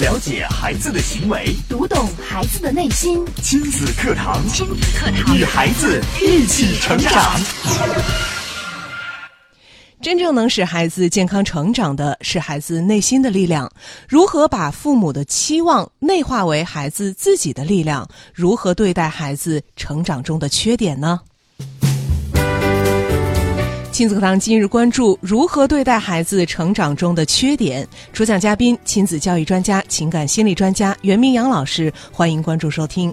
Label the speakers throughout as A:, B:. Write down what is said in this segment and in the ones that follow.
A: 了解孩子的行为，
B: 读懂孩子的内心。
A: 亲子课堂，
B: 亲子课堂
A: 与孩子一起成长。
C: 真正能使孩子健康成长的是孩子内心的力量。如何把父母的期望内化为孩子自己的力量？如何对待孩子成长中的缺点呢？亲子课堂今日关注：如何对待孩子成长中的缺点？主讲嘉宾：亲子教育专家、情感心理专家袁明阳老师。欢迎关注收听。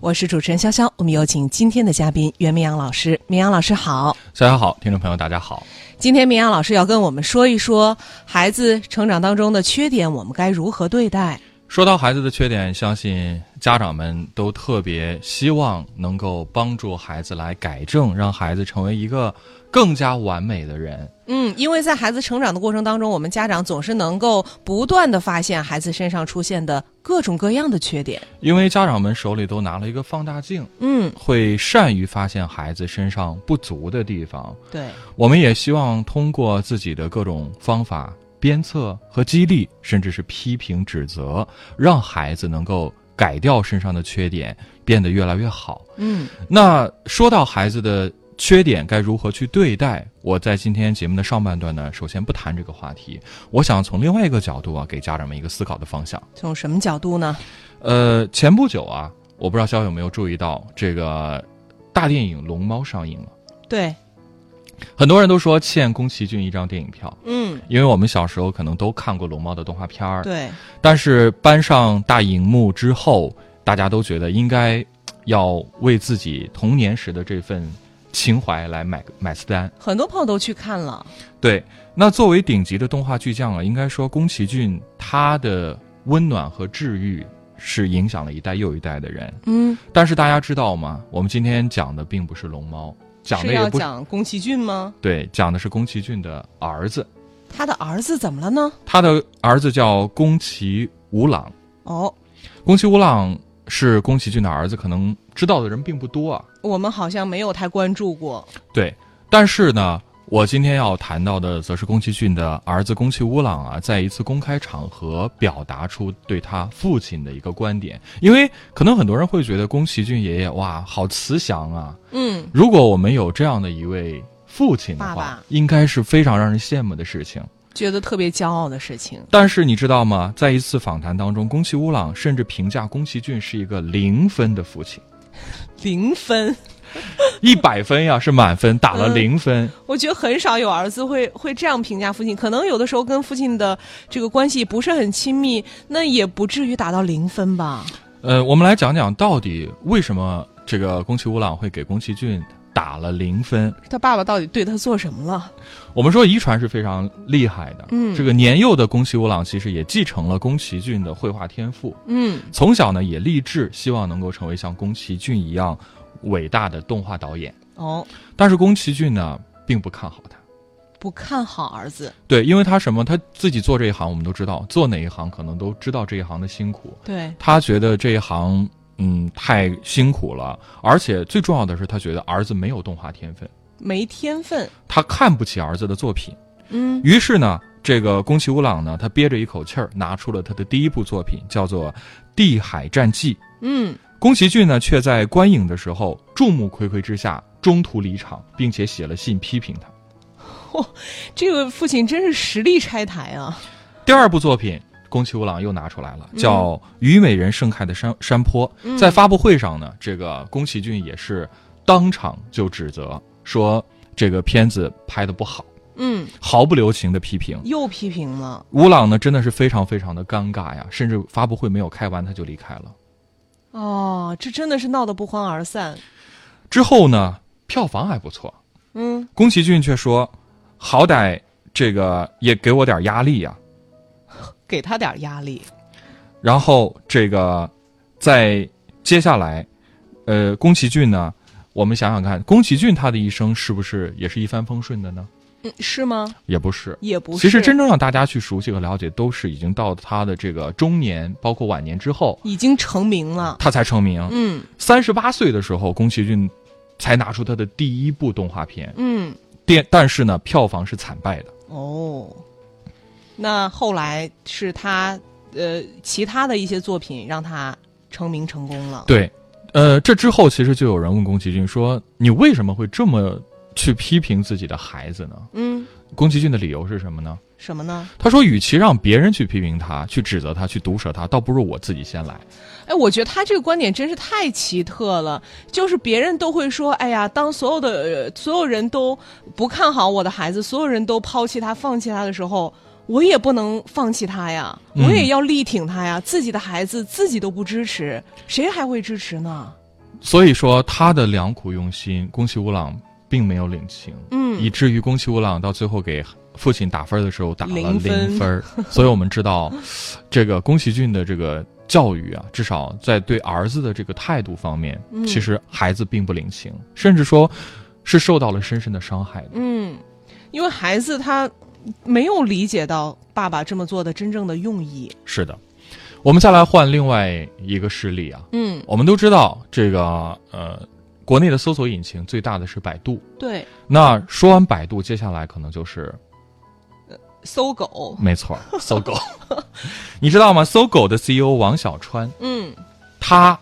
C: 我是主持人潇潇，我们有请今天的嘉宾袁明阳老师。明阳老师好，
D: 大家好，听众朋友大家好。
C: 今天明阳老师要跟我们说一说孩子成长当中的缺点，我们该如何对待？
D: 说到孩子的缺点，相信家长们都特别希望能够帮助孩子来改正，让孩子成为一个更加完美的人。
C: 嗯，因为在孩子成长的过程当中，我们家长总是能够不断的发现孩子身上出现的各种各样的缺点。
D: 因为家长们手里都拿了一个放大镜，
C: 嗯，
D: 会善于发现孩子身上不足的地方。
C: 对，
D: 我们也希望通过自己的各种方法鞭策和激励，甚至是批评指责，让孩子能够改掉身上的缺点，变得越来越好。
C: 嗯
D: 那说到孩子的缺点该如何去对待，我在今天节目的上半段呢，首先不谈这个话题，我想从另外一个角度啊，给家长们一个思考的方向。
C: 从什么角度呢？
D: 呃，前不久啊，我不知道肖有没有注意到这个大电影《龙猫》上映了，
C: 对，
D: 很多人都说欠宫崎骏一张电影票。
C: 嗯，
D: 因为我们小时候可能都看过龙猫的动画片儿，
C: 对，
D: 但是搬上大荧幕之后，大家都觉得应该要为自己童年时的这份情怀来买买单。
C: 很多朋友都去看了。
D: 对，那作为顶级的动画巨匠啊，应该说宫崎骏他的温暖和治愈是影响了一代又一代的人。
C: 嗯，
D: 但是大家知道吗？我们今天讲的并不是龙猫，讲的
C: 是
D: 也
C: 要
D: 不
C: 讲宫崎骏吗？
D: 对，讲的是宫崎骏的儿子，
C: 他的儿子怎么了呢？
D: 他的儿子叫宫崎吾朗。
C: 哦，
D: 宫崎吾朗是宫崎骏的儿子，可能知道的人并不多啊。
C: 我们好像没有太关注过。
D: 对，但是呢，我今天要谈到的则是宫崎骏的儿子宫崎吾朗啊，在一次公开场合表达出对他父亲的一个观点，因为可能很多人会觉得宫崎骏爷爷哇，好慈祥啊。
C: 嗯，
D: 如果我们有这样的一位父亲的话，
C: 爸爸
D: 应该是非常让人羡慕的事情。
C: 觉得特别骄傲的事情。
D: 但是你知道吗？在一次访谈当中，宫崎吾朗甚至评价宫崎骏是一个零分的父亲。
C: 零分，
D: 一百分呀、是满分，打了
C: 嗯
D: 零分。
C: 我觉得很少有儿子会会这样评价父亲。可能有的时候跟父亲的这个关系不是很亲密，那也不至于打到零分吧？
D: 呃，我们来讲讲到底为什么这个宫崎吾朗会给宫崎骏打了零分。
C: 他爸爸到底对他做什么了？
D: 我们说遗传是非常厉害的，
C: 嗯
D: 这个年幼的宫崎吾朗其实也继承了宫崎骏的绘画天赋，
C: 嗯，
D: 从小呢也立志希望能够成为像宫崎骏一样伟大的动画导演。
C: 哦，
D: 但是宫崎骏呢并不看好他。
C: 不看好儿子。
D: 对，因为他什么？他自己做这一行，我们都知道，做哪一行可能都知道这一行的辛苦。
C: 对，
D: 他觉得这一行嗯太辛苦了，而且最重要的是，他觉得儿子没有动画天分，
C: 没天分。
D: 他看不起儿子的作品。
C: 嗯，
D: 于是呢，这个宫崎吾朗呢，他憋着一口气儿，拿出了他的第一部作品，叫做《地海战记》。
C: 嗯，
D: 宫崎骏呢，却在观影的时候众目睽睽之下中途离场，并且写了信批评他。
C: 这个父亲真是实力拆台啊！
D: 第二部作品，宫崎吾朗又拿出来了，叫《虞美人盛开的山山坡》。在发布会上呢，这个宫崎骏也是当场就指责说这个片子拍的不好，
C: 嗯，
D: 毫不留情的批评。
C: 又批评了。
D: 吾朗呢，真的是非常非常的尴尬呀，甚至发布会没有开完他就离开了。
C: 哦，这真的是闹得不欢而散。
D: 之后呢，票房还不错，
C: 嗯，
D: 宫崎骏却说，好歹这个也给我点压力呀、
C: 给他点压力。
D: 然后这个在接下来，呃，宫崎骏呢，我们想想看，宫崎骏他的一生是不是也是一帆风顺的呢？
C: 嗯，是吗？
D: 也不是。
C: 也不是。
D: 其实真正让大家去熟悉和了解，都是已经到他的这个中年，包括晚年之后，
C: 已经成名了。
D: 他才成名。
C: 嗯
D: 三十八岁的时候，宫崎骏才拿出他的第一部动画片，
C: 嗯，
D: 《电，但是呢，票房是惨败的。
C: 哦，那后来是他呃其他的一些作品让他成名成功了。
D: 对，呃，这之后其实就有人问宫崎骏说：“你为什么会这么去批评自己的孩子呢
C: 嗯，？”
D: 宫崎骏的理由是什么呢？
C: 什么呢？
D: 他说：“与其让别人去批评他、去指责他、去毒舌他，倒不如我自己先来。
C: 哎，我觉得他这个观点真是太奇特了。就是别人都会说，哎呀，当所有的、呃所有人都不看好我的孩子，所有人都抛弃他、放弃他的时候，我也不能放弃他呀，
D: 嗯
C: 我也要力挺他呀。自己的孩子自己都不支持，谁还会支持呢？”
D: 所以说，他的良苦用心，宫崎吾朗并没有领情，
C: 嗯
D: 以至于宫崎吾朗到最后给父亲打分的时候打了
C: 零
D: 零
C: 分
D: 分儿。 所以我们知道，这个宫崎骏的这个教育啊，至少在对儿子的这个态度方面，
C: 嗯
D: 其实孩子并不领情，甚至说是受到了深深的伤害的。
C: 嗯，因为孩子他没有理解到爸爸这么做的真正的用意。
D: 是的，我们再来换另外一个事例啊，
C: 嗯，
D: 我们都知道这个呃，国内的搜索引擎最大的是百度。
C: 对，
D: 那说完百度，接下来可能就是
C: 搜狗。
D: 没错儿，搜狗。你知道吗？搜狗的 CEO 王小川，
C: 嗯
D: 他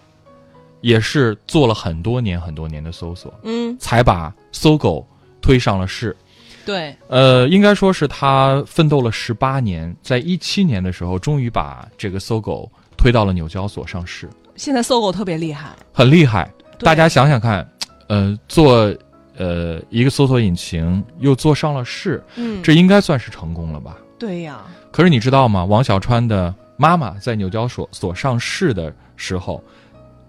D: 也是做了很多年很多年的搜索，
C: 嗯，
D: 才把搜狗推上了市。
C: 对，
D: 呃，应该说是他奋斗了十八年，在一七年的时候，终于把这个搜狗推到了纽交所上市，
C: 现在搜狗特别厉害。
D: 很厉害。
C: 对
D: 大家想想看，呃，做呃一个搜索引擎又做上了市，
C: 嗯，
D: 这应该算是成功了吧？
C: 对呀，
D: 可是你知道吗？王小川的妈妈在纽交所所上市的时候，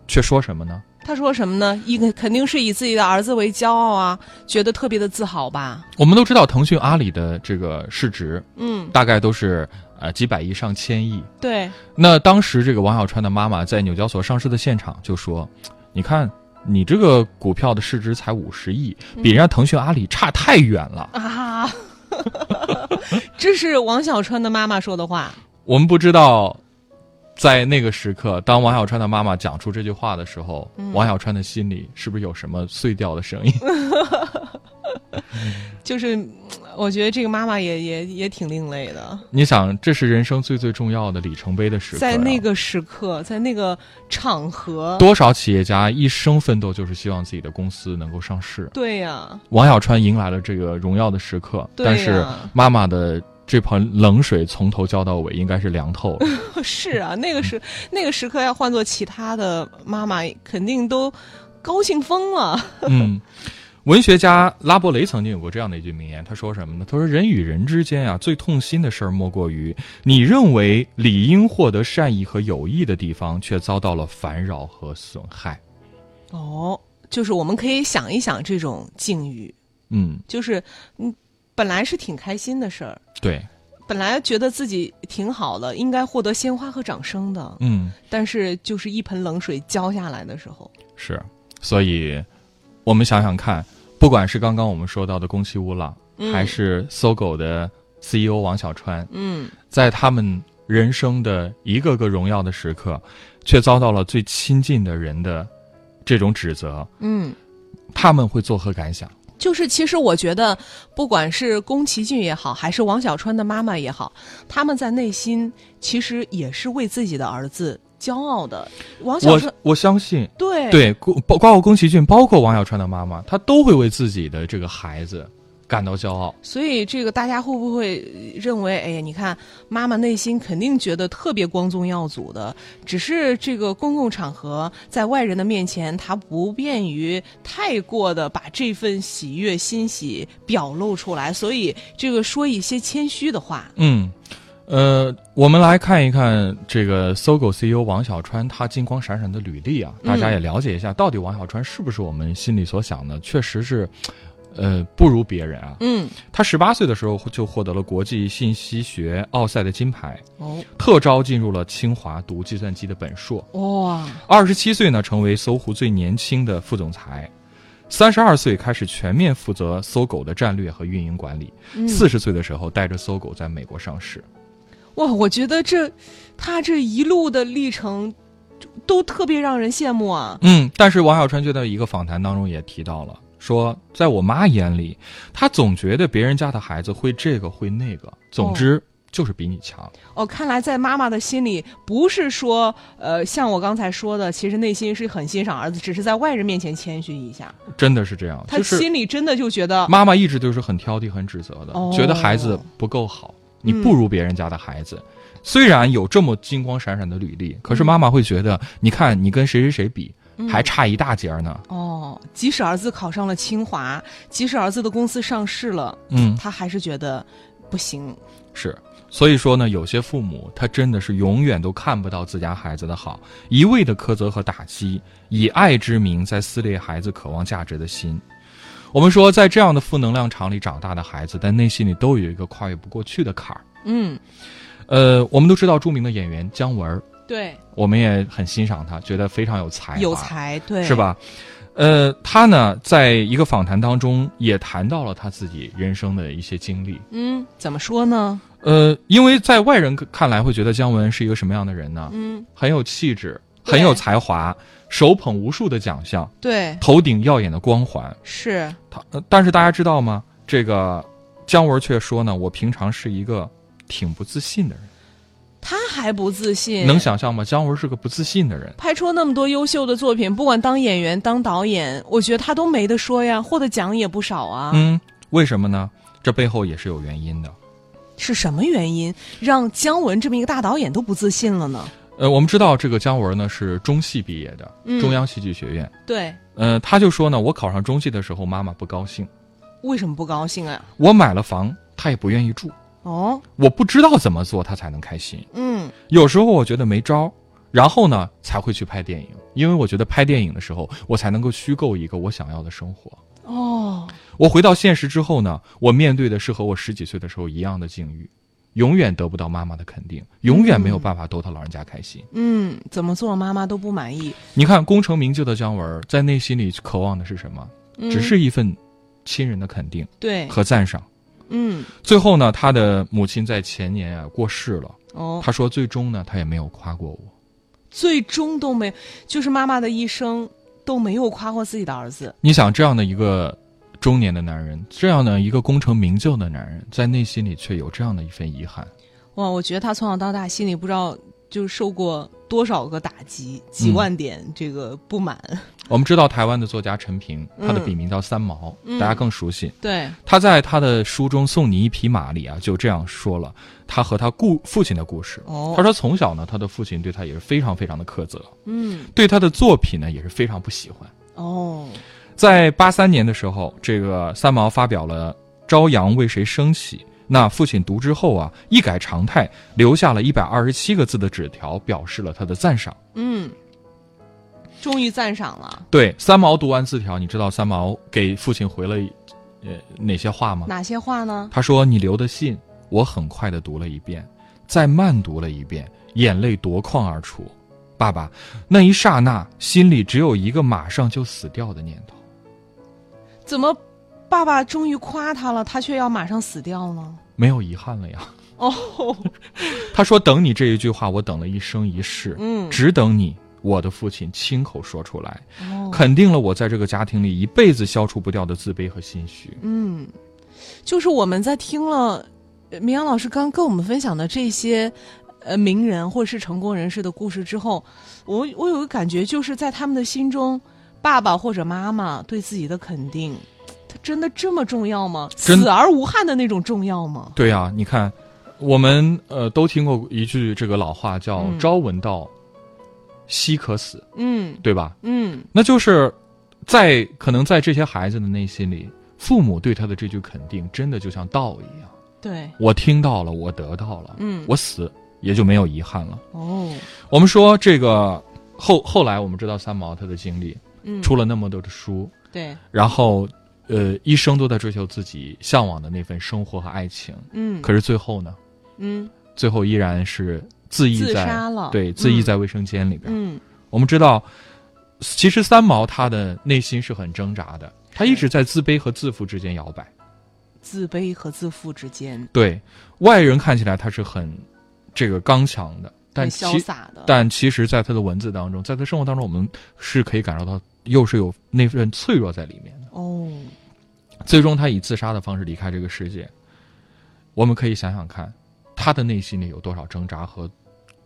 D: 却说什么呢？
C: 他说什么呢？一个肯定是以自己的儿子为骄傲啊，觉得特别的自豪吧。
D: 我们都知道，腾讯、阿里的这个市值
C: 嗯，
D: 大概都是呃几百亿、上千亿。
C: 对，
D: 那当时这个王小川的妈妈在纽交所上市的现场就说：“你看，你这个股票的市值才五十亿，
C: 嗯
D: 比人家腾讯、阿里差太远了。
C: 啊， 这是王小川的妈妈说的话。
D: 我们不知道，在那个时刻，当王小川的妈妈讲出这句话的时候，王小川的心里是不是有什么碎掉的 声音？
C: 就是，嗯我觉得这个妈妈也也也挺另类的。
D: 你想，这是人生最最重要的里程碑的时刻、啊
C: 在那，个时刻，在那个场合，
D: 多少企业家一生奋斗就是希望自己的公司能够上市。
C: 对呀、
D: 王小川迎来了这个荣耀的时刻，
C: 对呀
D: 但是妈妈的这盆冷水从头浇到尾，应该是凉透了。
C: 是啊，那个时那个时刻要换做其他的妈妈，肯定都高兴疯了。
D: 嗯，文学家拉伯雷曾经有过这样的一句名言，他说什么呢？他说：“人与人之间啊，最痛心的事儿莫过于你认为理应获得善意和友谊的地方，却遭到了烦扰和损害。
C: 哦，就是我们可以想一想这种境遇，”
D: 嗯，
C: 就是嗯，本来是挺开心的事儿，
D: 对，
C: 本来觉得自己挺好的，应该获得鲜花和掌声的，
D: 嗯，
C: 但是就是一盆冷水浇下来的时候，
D: 是。所以，我们想想看，不管是刚刚我们说到的宫崎吾朗，
C: 嗯
D: 还是搜狗的 CEO 王小川，
C: 嗯，
D: 在他们人生的一个个荣耀的时刻，却遭到了最亲近的人的这种指责，
C: 嗯。
D: 他们会作何感想？
C: 就是，其实我觉得，不管是宫崎骏也好，还是王小川的妈妈也好，他们在内心其实也是为自己的儿子骄傲的。王小
D: 我
C: 川
D: 我相信，
C: 对
D: 对，宫包包括宫崎骏，包括王小川的妈妈，她都会为自己的这个孩子感到骄傲。
C: 所以这个大家会不会认为，哎呀，你看妈妈内心肯定觉得特别光宗耀祖的，只是这个公共场合在外人的面前，她不便于太过的把这份喜悦欣喜表露出来，所以这个说一些谦虚的话。
D: 嗯，呃，我们来看一看这个搜狗 CEO 王小川他金光闪闪的履历啊，大家也了解一下，到底王小川是不是我们心里所想的？确实是，呃，不如别人啊。
C: 嗯，
D: 他十八岁的时候就获得了国际信息学奥赛的金牌，
C: 哦。
D: 特招进入了清华读计算机的本硕。
C: 哇，
D: 二十七岁呢，成为搜狐最年轻的副总裁。三十二岁开始全面负责搜狗的战略和运营管理。
C: 嗯
D: 四十、岁的时候，带着搜狗在美国上市。
C: 哇，我觉得这他这一路的历程就都特别让人羡慕啊。
D: 嗯，但是王小川就在一个访谈当中也提到了，说，在我妈眼里，她总觉得别人家的孩子会这个会那个，总之就是比你强。
C: 哦，看来在妈妈的心里，不是说呃，像我刚才说的，其实内心是很欣赏儿子，只是在外人面前谦虚一下。
D: 真的是这样，
C: 他
D: 就是
C: 心里真的就觉 得，
D: 妈妈一直都是很挑剔、很指责的，
C: 哦
D: 觉得孩子不够好，你不如别人家的孩子。虽然有这么金光闪闪的履历，可是妈妈会觉得，你看你跟谁谁谁比，还差一大截儿呢。
C: 哦，即使儿子考上了清华，即使儿子的公司上市了，
D: 嗯，
C: 他还是觉得不行。
D: 是，所以说呢，有些父母他真的是永远都看不到自家孩子的好，一味的苛责和打击，以爱之名在撕裂孩子渴望价值的心。我们说，在这样的负能量场里长大的孩子，但内心里都有一个跨越不过去的坎儿。
C: 嗯，
D: 呃，我们都知道著名的演员姜文儿，
C: 对，
D: 我们也很欣赏他，觉得非常有才华，
C: 有才，对，
D: 是？吧？呃，他呢，在一个访谈当中也谈到了他自己人生的一些经历，
C: 嗯，怎么说呢？
D: 呃，因为在外人看来会觉得姜文是一个什么样的人呢？
C: 嗯，
D: 很有气质，
C: 对
D: 很有才华，手捧无数的奖项，
C: 对，
D: 头顶耀眼的光环。
C: 是，
D: 他，呃但是大家知道吗？这个姜文却说呢，我平常是一个挺不自信的人。
C: 他还不自信，
D: 能想象吗？姜文是个不自信的人。
C: 拍出那么多优秀的作品，不管当演员、当导演，我觉得他都没得说呀，获得奖也不少啊。
D: 嗯，为什么呢？这背后也是有原因的。
C: 是什么原因让姜文这么一个大导演都不自信了呢？
D: 呃，我们知道这个姜文呢是中戏毕业的，
C: 嗯
D: 中央戏剧学院。
C: 对，
D: 呃，他就说呢，我考上中戏的时候，妈妈不高兴，
C: 为什么不高兴啊？
D: 我买了房，她也不愿意住，
C: 哦，
D: 我不知道怎么做她才能开心。
C: 嗯，
D: 有时候我觉得没招儿，然后呢才会去拍电影，因为我觉得拍电影的时候，我才能够虚构一个我想要的生活。
C: 哦，
D: 我回到现实之后呢，我面对的是和我十几岁的时候一样的境遇，永远得不到妈妈的肯定，永远没有办法逗她老人家开心。
C: 嗯，怎么做妈妈都不满意，
D: 你看，功成名就的姜文儿在内心里渴望的是什么？
C: 嗯
D: 只是一份亲人的肯定
C: 对，
D: 和赞赏。
C: 嗯，
D: 最后呢，他的母亲在前年啊过世了。
C: 哦，
D: 他说，最终呢，他也没有夸过我。
C: 最终都没，就是妈妈的一生都没有夸过自己的儿子，
D: 你想，这样的一个中年的男人，这样的一个功成名就的男人，在内心里却有这样的一份遗憾。
C: 哇，我觉得他从小到大心里不知道就受过多少个打击，几万点这个不满。
D: 我们知道台湾的作家陈平，
C: 嗯
D: 他的笔名叫三毛，
C: 嗯
D: 大家更熟悉。
C: 对，
D: 他在他的书中《送你一匹马》里啊，就这样说了他和他故父亲的故事。
C: 哦
D: 他说从小呢，他的父亲对他也是非常非常的苛责，
C: 嗯，
D: 对他的作品呢也是非常不喜欢。
C: 哦，
D: 在八三年的时候，这个三毛发表了《朝阳为谁升起》。那父亲读之后啊，一改常态，留下了一百二十七个字的纸条，表示了他的赞赏。
C: 嗯，终于赞赏了，
D: 对，三毛读完字条，你知道三毛给父亲回了呃哪些话吗？
C: 哪些话呢？
D: 他说：“你留的信，我很快的读了一遍，再慢读了一遍，眼泪夺眶而出。爸爸，那一刹那，心里只有一个马上就死掉的念头。
C: 怎么，爸爸终于夸他了，他却要马上死掉呢？
D: 没有遗憾了呀。”
C: 哦，
D: 他说：“等你这一句话，我等了一生一世，
C: 嗯，
D: 只等你。”我的父亲亲口说出来，
C: 哦，
D: 肯定了我在这个家庭里一辈子消除不掉的自卑和心虚。
C: 嗯，就是我们在听了呃明阳老师刚跟我们分享的这些呃名人或是成功人士的故事之后，我我有个感觉，就是在他们的心中，爸爸或者妈妈对自己的肯定，他真的这么重要吗？
D: 真
C: 死而无憾的那种重要吗？
D: 对呀、你看，我们呃都听过一句这个老话，叫
C: 嗯
D: “朝闻道，夕可死”，
C: 嗯
D: 对吧？
C: 嗯，
D: 那就是在可能在这些孩子的内心里，父母对他的这句肯定，真的就像道一样，
C: 对，
D: 我听到了，我得到了，
C: 嗯
D: 我死也就没有遗憾了。
C: 哦，
D: 我们说这个后后来我们知道三毛他的经历，
C: 嗯，
D: 出了那么多的书，
C: 对，
D: 然后呃一生都在追求自己向往的那份生活和爱情，
C: 嗯
D: 可是最后呢，
C: 嗯
D: 最后依然是自缢
C: 自
D: 在
C: 杀了
D: 对
C: 嗯
D: 自缢在卫生间里边。
C: 嗯，
D: 我们知道，其实三毛他的内心是很挣扎的，他一直在自卑和自负之间摇摆。
C: 自卑和自负之间，
D: 对外人看起来他是很这个刚强的，但
C: 很
D: 其
C: 潇洒的，
D: 但其实，在他的文字当中，在他生活当中，我们是可以感受到，又是有那份脆弱在里面的。
C: 哦，
D: 最终他以自杀的方式离开这个世界。我们可以想想看，他的内心里有多少挣扎和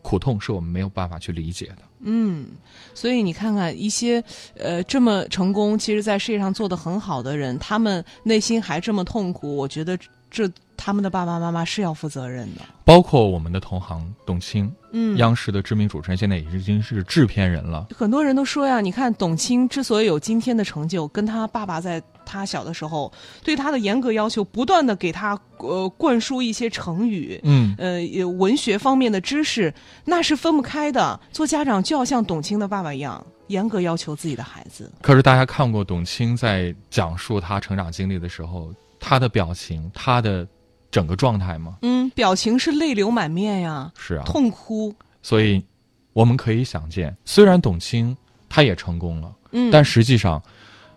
D: 苦痛，是我们没有办法去理解的。
C: 嗯，所以你看看一些呃这么成功，其实在事业上做得很好的人，他们内心还这么痛苦，我觉得这他们的爸爸妈妈是要负责任的。
D: 包括我们的同行董卿，
C: 嗯
D: 央视的知名主持人，现在已经是制片人了。
C: 很多人都说呀，你看董卿之所以有今天的成就，跟她爸爸在她小的时候对她的严格要求，不断的给她呃灌输一些成语，
D: 嗯，
C: 呃也文学方面的知识，那是分不开的。做家长就要像董卿的爸爸一样，严格要求自己的孩子。
D: 可是大家看过董卿在讲述她成长经历的时候，她的表情，她的整个状态吗？
C: 嗯，表情是泪流满面呀，
D: 是啊，
C: 痛哭。
D: 所以我们可以想见，虽然董卿她也成功了，
C: 嗯，
D: 但实际上，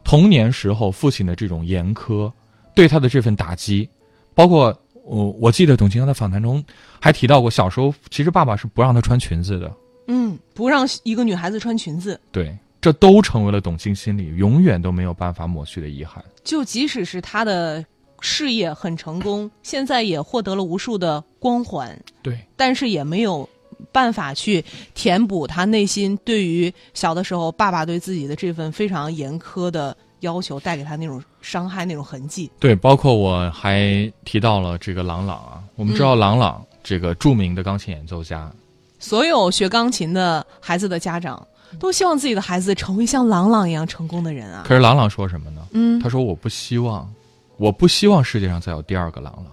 D: 童年时候父亲的这种严苛，对她的这份打击，包括我、我记得董卿她在访谈中还提到过，小时候其实爸爸是不让她穿裙子的，
C: 嗯，不让一个女孩子穿裙子，
D: 对，这都成为了董卿心里永远都没有办法抹去的遗憾。
C: 就即使是她的事业很成功，现在也获得了无数的光环，
D: 对，
C: 但是也没有办法去填补她内心对于小的时候爸爸对自己的这份非常严苛的要求带给她那种伤害、那种痕迹。
D: 对，包括我还提到了这个郎朗啊，我们知道郎朗、这个著名的钢琴演奏家，
C: 所有学钢琴的孩子的家长都希望自己的孩子成为像朗朗一样成功的人啊。
D: 可是郎朗说什么呢？
C: 嗯
D: 他说：“我不希望，我不希望世界上再有第二个郎朗。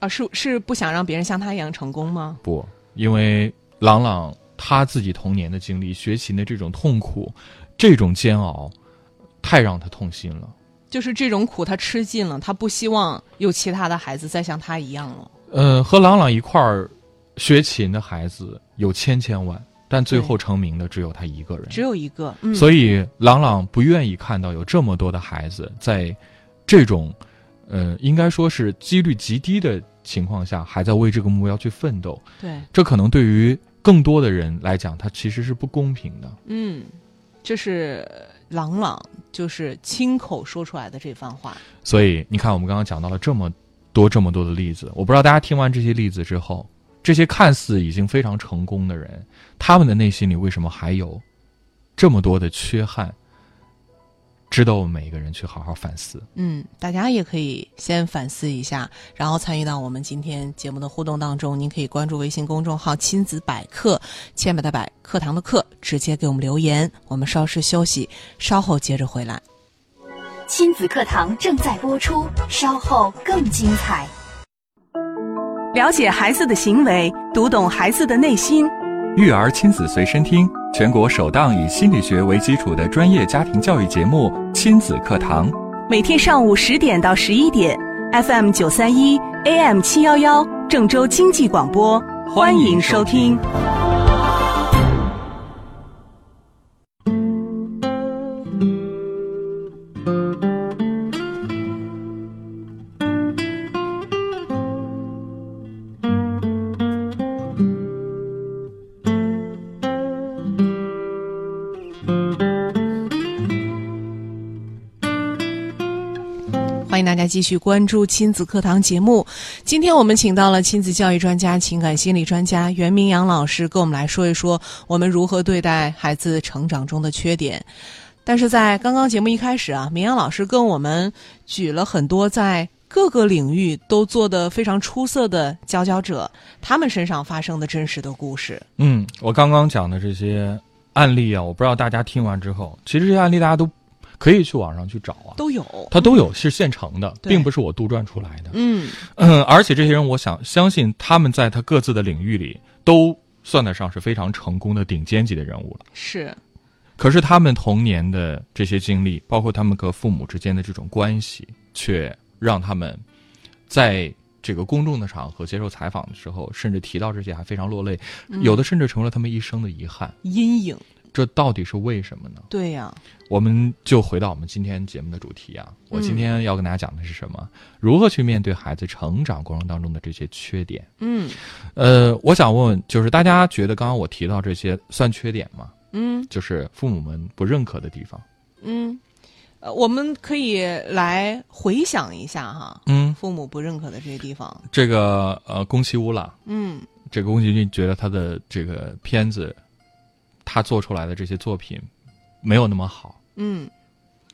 C: 啊，是是不想让别人像他一样成功吗？
D: 不，因为郎朗他自己童年的经历、学琴的这种痛苦、这种煎熬，太让他痛心了。
C: 就是这种苦他吃尽了，他不希望有其他的孩子再像他一样了。
D: 呃，和郎朗一块儿学琴的孩子有千千万，但最后成名的只有他一个人。
C: 只有一个，嗯，
D: 所以朗朗不愿意看到有这么多的孩子在这种，呃，应该说是几率极低的情况下，还在为这个目标去奋斗。
C: 对，
D: 这可能对于更多的人来讲，它其实是不公平的。
C: 嗯，这是呃朗朗就是亲口说出来的这番话。
D: 所以你看，我们刚刚讲到了这么多、这么多的例子，我不知道大家听完这些例子之后，这些看似已经非常成功的人，他们的内心里为什么还有这么多的缺憾？值得我们每一个人去好好反思。
C: 嗯，大家也可以先反思一下，然后参与到我们今天节目的互动当中。您可以关注微信公众号“亲子百科”，千百的百，课堂的课，直接给我们留言。我们稍事休息，稍后接着回来。
B: 亲子课堂正在播出，稍后更精彩。
E: 了解孩子的行为，读懂孩子的内心。
A: 育儿亲子随身听，全国首档以心理学为基础的专业家庭教育节目《亲子课堂》。
E: 每天上午十点到十一点，FM 九三一，AM 七幺幺，郑州经济广播，欢迎收听。
C: 欢迎大家继续关注亲子课堂节目。今天我们请到了亲子教育专家、情感心理专家袁明阳老师，跟我们来说一说我们如何对待孩子成长中的缺点。但是在刚刚节目一开始啊，明阳老师跟我们举了很多在各个领域都做得非常出色的佼佼者，他们身上发生的真实的故事。
D: 嗯，我刚刚讲的这些案例啊，我不知道大家听完之后，其实这些案例大家都可以去网上去找啊，
C: 都有。
D: 它都有是现成的，
C: 对
D: 并不是我杜撰出来的。
C: 嗯，
D: 嗯，而且这些人，我想相信他们在他各自的领域里都算得上是非常成功的顶尖级的人物了。
C: 是，
D: 可是他们童年的这些经历，包括他们和父母之间的这种关系，却让他们在这个公众的场合接受采访的时候，甚至提到这些还非常落泪，
C: 嗯
D: 有的甚至成了他们一生的遗憾。
C: 阴影。
D: 这到底是为什么呢？
C: 对呀、
D: 我们就回到我们今天节目的主题啊。我今天要跟大家讲的是什么？如何去面对孩子成长过程当中的这些缺点？
C: 嗯
D: 呃，我想问问，就是大家觉得刚刚我提到这些算缺点吗？
C: 嗯。
D: 就是父母们不认可的地方。
C: 嗯，呃，我们可以来回想一下哈，
D: 嗯，
C: 父母不认可的这些地方，
D: 这个呃，宫崎乌朗，
C: 嗯
D: 这个宫崎骏觉得他的这个片子，他做出来的这些作品没有那么好。
C: 嗯，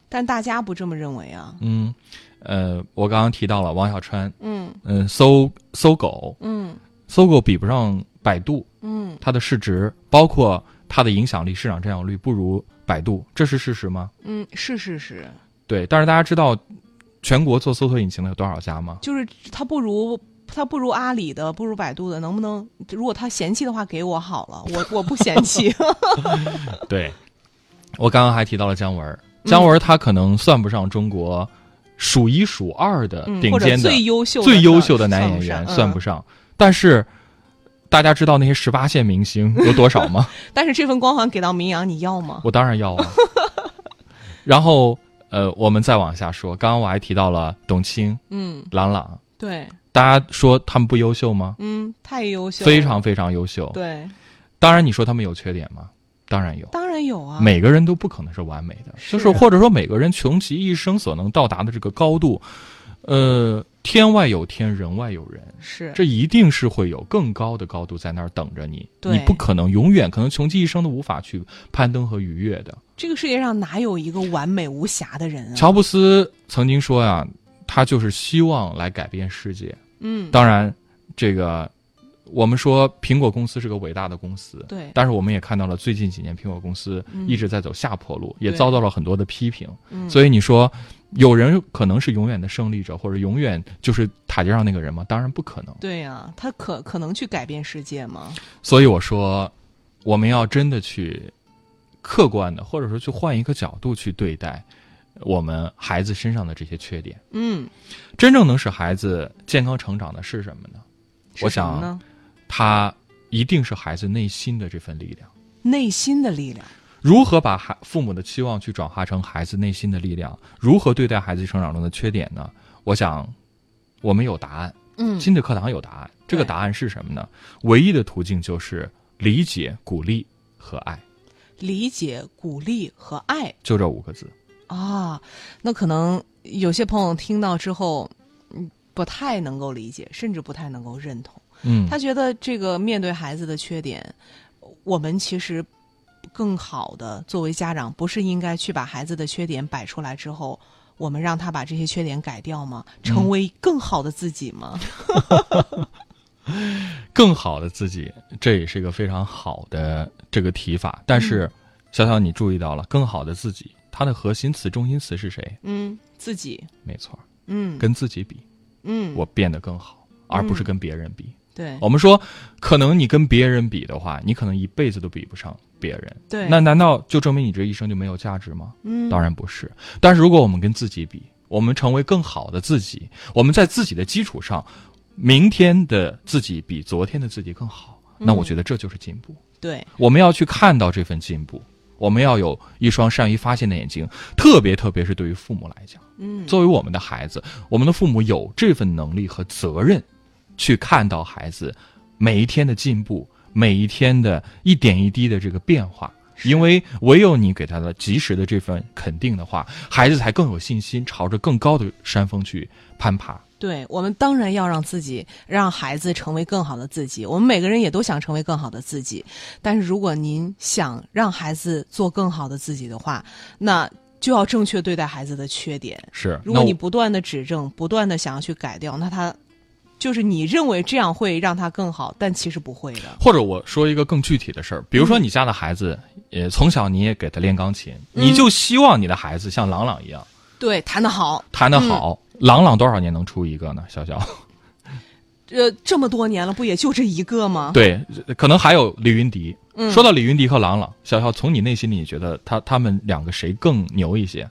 C: 但大家不这么认为啊，
D: 嗯，呃，我刚刚提到了王小川，
C: 嗯
D: 嗯、搜搜狗，
C: 嗯
D: 搜狗比不上百度，
C: 嗯
D: 它的市值包括它的影响力、市场占有率不如百度，这是事实吗？
C: 嗯，是是是，
D: 对，但是大家知道全国做搜索引擎的有多少家吗？
C: 就是他不如。他不如阿里的，不如百度的，能不能？如果他嫌弃的话，给我好了，我我不嫌 弃。
D: 对，我刚刚还提到了姜文儿，
C: 嗯
D: 姜文儿他可能算不上中国数一数二的
C: 嗯
D: 顶
C: 或者
D: 尖的、
C: 最优秀的
D: 最优
C: 算
D: 秀的男
C: 算
D: 演员，
C: 不上
D: 算不
C: 嗯
D: 上，但是。大家知道那些十八线明星有多 少吗？
C: 但是这份光环给到明阳，你要吗？
D: 我当然要 啊。然后，呃，我们再往下说，刚刚我还提到了董卿、
C: 嗯，
D: 郎朗，
C: 对，
D: 大家说他们不优秀吗？
C: 嗯，太优秀了，
D: 非常非常优秀。
C: 对，
D: 当然，你说他们有缺点吗？当然有，
C: 当然有啊，
D: 每个人都不可能是完美的，
C: 是
D: 就是或者说每个人穷其一生所能到达的这个高度，呃，天外有天，人外有人。
C: 是
D: 这一定是会有更高的高度在那儿等着你，
C: 对
D: 你不可能永远可能穷其一生都无法去攀登和愉悦的。
C: 这个世界上哪有一个完美无瑕的人啊？
D: 乔布斯曾经说呀、他就是希望来改变世界。
C: 嗯，
D: 当然，这个我们说苹果公司是个伟大的公司，
C: 对，
D: 但是我们也看到了最近几年苹果公司
C: 嗯
D: 一直在走下坡路，
C: 对
D: 也遭到了很多的批评。
C: 嗯
D: 所以你说，有人可能是永远的胜利者，或者永远就是塔尖上那个人吗？当然不可能。
C: 对呀、他可可能去改变世界吗？
D: 所以我说，我们要真的去客观的，或者说去换一个角度去对待我们孩子身上的这些缺点。
C: 嗯，
D: 真正能使孩子健康成长的是什么呢？
C: 是
D: 我
C: 什么
D: 想
C: 呢，
D: 他一定是孩子内心的这份力量。
C: 内心的力量，
D: 如何把孩父母的期望去转化成孩子内心的力量？如何对待孩子成长中的缺点呢？我想，我们有答案。
C: 嗯
D: 亲子课堂有答案。这个
C: 对
D: 答案是什么呢？唯一的途径就是理解、鼓励和爱，
C: 理解、鼓励和爱
D: 就这五个字。
C: 啊，那可能有些朋友听到之后，嗯，不太能够理解，甚至不太能够认同。
D: 嗯，
C: 他觉得这个面对孩子的缺点，我们其实更好的作为家长，不是应该去把孩子的缺点摆出来之后，我们让他把这些缺点改掉吗？
D: 嗯
C: 成为更好的自己 吗？
D: 更好的自己，这也是一个非常好的这个提法。但
C: 嗯
D: 是，小小你注意到了，更好的自己，它的核心词、中心词是谁？
C: 嗯，自己，
D: 没错，
C: 嗯，
D: 跟自己比，
C: 嗯，
D: 我哦变得更好，而不是跟别人比。
C: 对，
D: 我们说，可能你跟别人比的话，你可能一辈子都比不上别人。
C: 对，
D: 那难道就证明你这一生就没有价值吗？
C: 嗯，
D: 当然不是。但是如果我们跟自己比，我们成为更好的自己，我们在自己的基础上，明天的自己比昨天的自己更好，那
C: 嗯
D: 我觉得这就是进步。
C: 对，
D: 我们要去看到这份进步，我们要有一双善于发现的眼睛，特别特别是对于父母来讲，
C: 嗯，
D: 作为我们的孩子，我们的父母有这份能力和责任，去看到孩子每一天的进步，每一天的一点一滴的这个变化。因为唯有你给他的及时的这份肯定的话，孩子才更有信心朝着更高的山峰去攀爬。
C: 对，我们当然要让自己、让孩子成为更好的自己。我们每个人也都想成为更好的自己，但是如果您想让孩子做更好的自己的话，那就要正确对待孩子的缺点。
D: 是，
C: 如果
D: 那
C: 你
D: 我
C: 不断的指正，不断的想要去改掉，那他就是你认为这样会让他更好，但其实不会的。
D: 或者我说一个更具体的事儿，比如说你家的孩子，也从小你也给他练钢琴，你就希望你的孩子像朗朗一样
C: 对，弹得好，
D: 弹得好。朗朗多少年能出一个呢？小小
C: 呃，这么多年了，不也就这一个吗？
D: 对，可能还有李云迪。
C: 嗯
D: 说到李云迪和朗朗，小小从你内心里你觉得他他们两个谁更牛一些？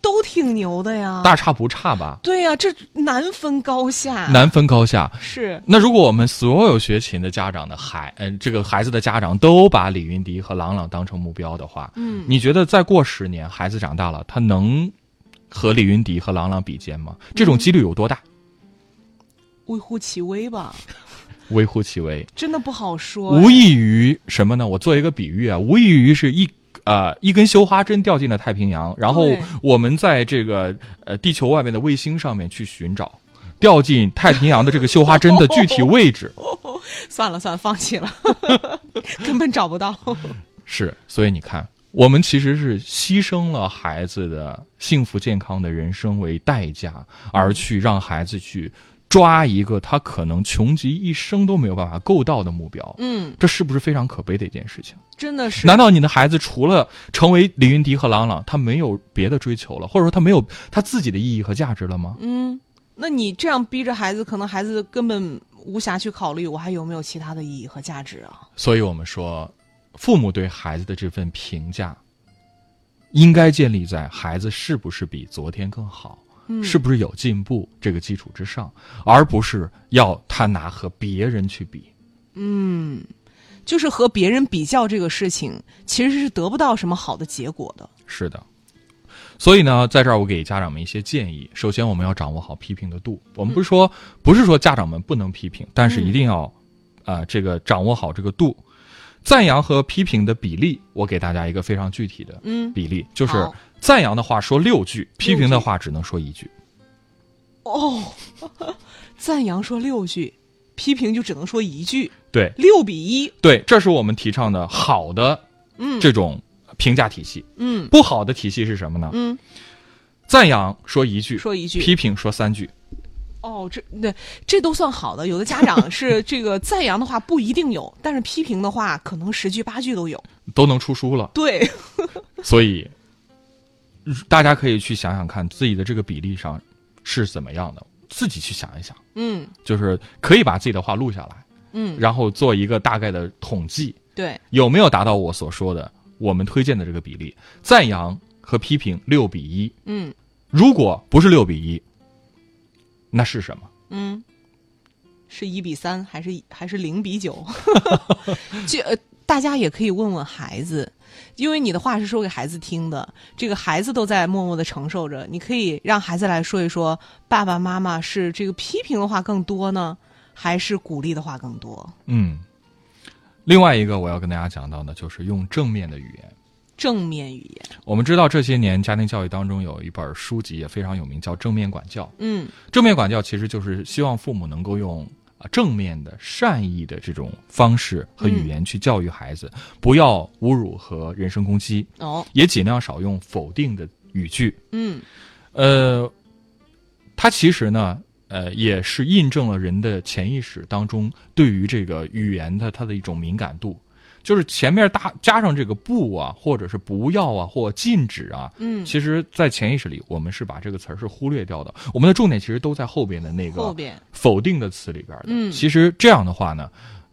C: 都挺牛的呀。
D: 大差不差吧，
C: 对呀、这难分高下。
D: 难分高下。
C: 是，
D: 那如果我们所有学琴的家长的孩，嗯、这个孩子的家长都把李云迪和郎朗当成目标的话，
C: 嗯，
D: 你觉得再过十年，孩子长大了，他能和李云迪和郎朗比肩
C: 嗯
D: 吗？这种几率有多大？
C: 微乎其微吧，
D: 微乎其微，
C: 真的不好说。
D: 无异于什么呢？我做一个比喻啊，无异于是一呃一根绣花针掉进了太平洋，然后
C: 对
D: 我们在这个呃地球外面的卫星上面去寻找。掉进太平洋的这个绣花针的具体位置
C: 算了算了，放弃了， 根本找不 到。
D: 是，所以你看，我们其实是牺牲了孩子的幸福健康的人生为代价，而去让孩子去抓一个他可能穷极一生都没有办法够到的目标，
C: 嗯，
D: 这是不是非常可悲的一件事情？
C: 真的是
D: 难道你的孩子除了成为李云迪和郎朗，他没有别的追求了，或者说他没有他自己的意义和价值了吗？
C: 嗯，那你这样逼着孩子，可能孩子根本无暇去考虑我还有没有其他的意义和价值啊。
D: 所以我们说，父母对孩子的这份评价，应该建立在孩子是不是比昨天更好，是不是有进步这个基础之上，而不是要他拿和别人去比。
C: 就是和别人比较这个事情，其实是得不到什么好的结果的。
D: 是的。所以呢，在这儿我给家长们一些建议。首先，我们要掌握好批评的度。我们不是说、不是说家长们不能批评，但是一定要啊、这个掌握好这个度。赞扬和批评的比例，我给大家一个非常具体的
C: 嗯
D: 比例，就是
C: 好
D: 赞扬的话说六句，批评的话只能说一句。
C: 哦，赞扬说六句，批评就只能说一句，
D: 对
C: 六比一。
D: 对，这是我们提倡的好的
C: 嗯
D: 这种评价体系。
C: 嗯
D: 不好的体系是什么呢？
C: 嗯，
D: 赞扬说一句，
C: 说一句
D: 批评说三句。
C: 哦，这那这都算好的。有的家长是这个赞扬的话不一定有，但是批评的话可能十句八句都有。
D: 都能出书了，
C: 对，
D: 所以，大家可以去想想看自己的这个比例上是怎么样的，自己去想一想，
C: 嗯
D: 就是可以把自己的话录下来，
C: 嗯，
D: 然后做一个大概的统计，
C: 对，
D: 有没有达到我所说的我们推荐的这个比例？赞扬和批评六比一，
C: 嗯
D: 如果不是六比一，那是什么？
C: 嗯，是一比三还是还是零比 九？这、呃、大家也可以问问孩子。因为你的话是说给孩子听的，这个孩子都在默默的承受着。你可以让孩子来说一说，爸爸妈妈是这个批评的话更多呢，还是鼓励的话更多？
D: 嗯，另外一个我要跟大家讲到的就是用正面的语言。
C: 正面语言，
D: 我们知道这些年家庭教育当中有一本书籍也非常有名，叫《正面管教》。
C: 嗯
D: 正面管教其实就是希望父母能够用啊正面的、善意的这种方式和语言去教育孩子，不要侮辱和人身攻击，
C: 哦，
D: 也尽量少用否定的语句。
C: 嗯
D: 呃，它其实呢，呃，也是印证了人的潜意识当中对于这个语言的它的一种敏感度。就是前面大加上这个不啊，或者是不要啊，或禁止啊，
C: 嗯，
D: 其实，在潜意识里，我们是把这个词儿是忽略掉的。我们的重点其实都在后边的那
C: 后
D: 个
C: 边
D: 否定的词里边的。
C: 嗯
D: 其实这样的话呢，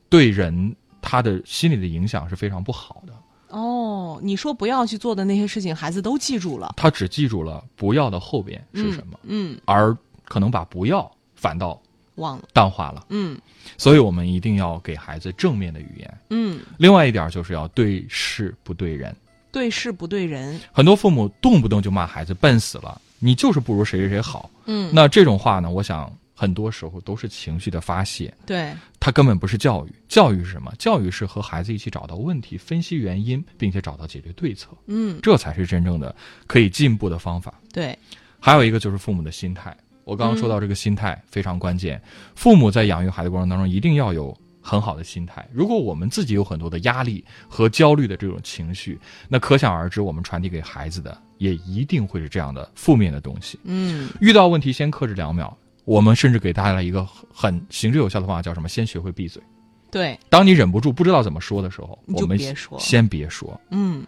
D: 对人他的心理的影响是非常不好的。
C: 哦，你说不要去做的那些事情，孩子都记住了。
D: 他只记住了不要的后边是什么，
C: 嗯，
D: 而可能把不要反倒
C: 忘了。
D: 淡化了。
C: 嗯
D: 所以我们一定要给孩子正面的语言。
C: 嗯，
D: 另外一点就是要对事不对人。
C: 对事不对人。
D: 很多父母动不动就骂孩子笨死了，你就是不如谁谁谁好。
C: 嗯，
D: 那这种话呢，我想很多时候都是情绪的发泄，
C: 对，
D: 它根本不是教育。教育是什么？教育是和孩子一起找到问题，分析原因，并且找到解决对策，
C: 嗯
D: 这才是真正的可以进步的方法。
C: 对，
D: 还有一个就是父母的心态，我刚刚
C: 嗯
D: 说到这个心态非常关键。父母在养育孩子过程当中，一定要有很好的心态。如果我们自己有很多的压力和焦虑的这种情绪，那可想而知，我们传递给孩子的也一定会是这样的负面的东西。
C: 嗯
D: 遇到问题先克制两秒。我们甚至给大家一个很很行之有效的方法，叫什么？先学会闭嘴。
C: 对，
D: 当你忍不住不知道怎么说的时候，
C: 你就
D: 我们
C: 别说
D: 先别说。
C: 嗯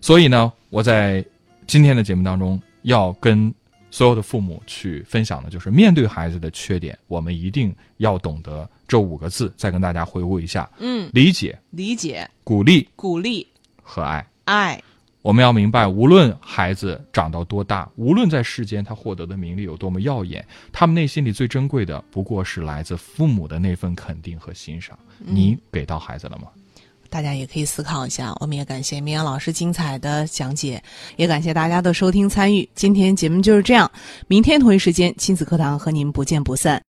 D: 所以呢，我在今天的节目当中要跟所有的父母去分享的就是，面对孩子的缺点，我们一定要懂得这五个字。再跟大家回顾一下：
C: 嗯，
D: 理解、
C: 理解、
D: 鼓励
C: 鼓励、
D: 和爱。
C: 爱。
D: 我们要明白，无论孩子长到多大，无论在世间他获得的名利有多么耀眼，他们内心里最珍贵的不过是来自父母的那份肯定和欣赏。你给到孩子了吗？
C: 大家也可以思考一下。我们也感谢明阳老师精彩的讲解，也感谢大家的收听参与。今天节目就是这样，明天同一时间亲子课堂和您不见不散。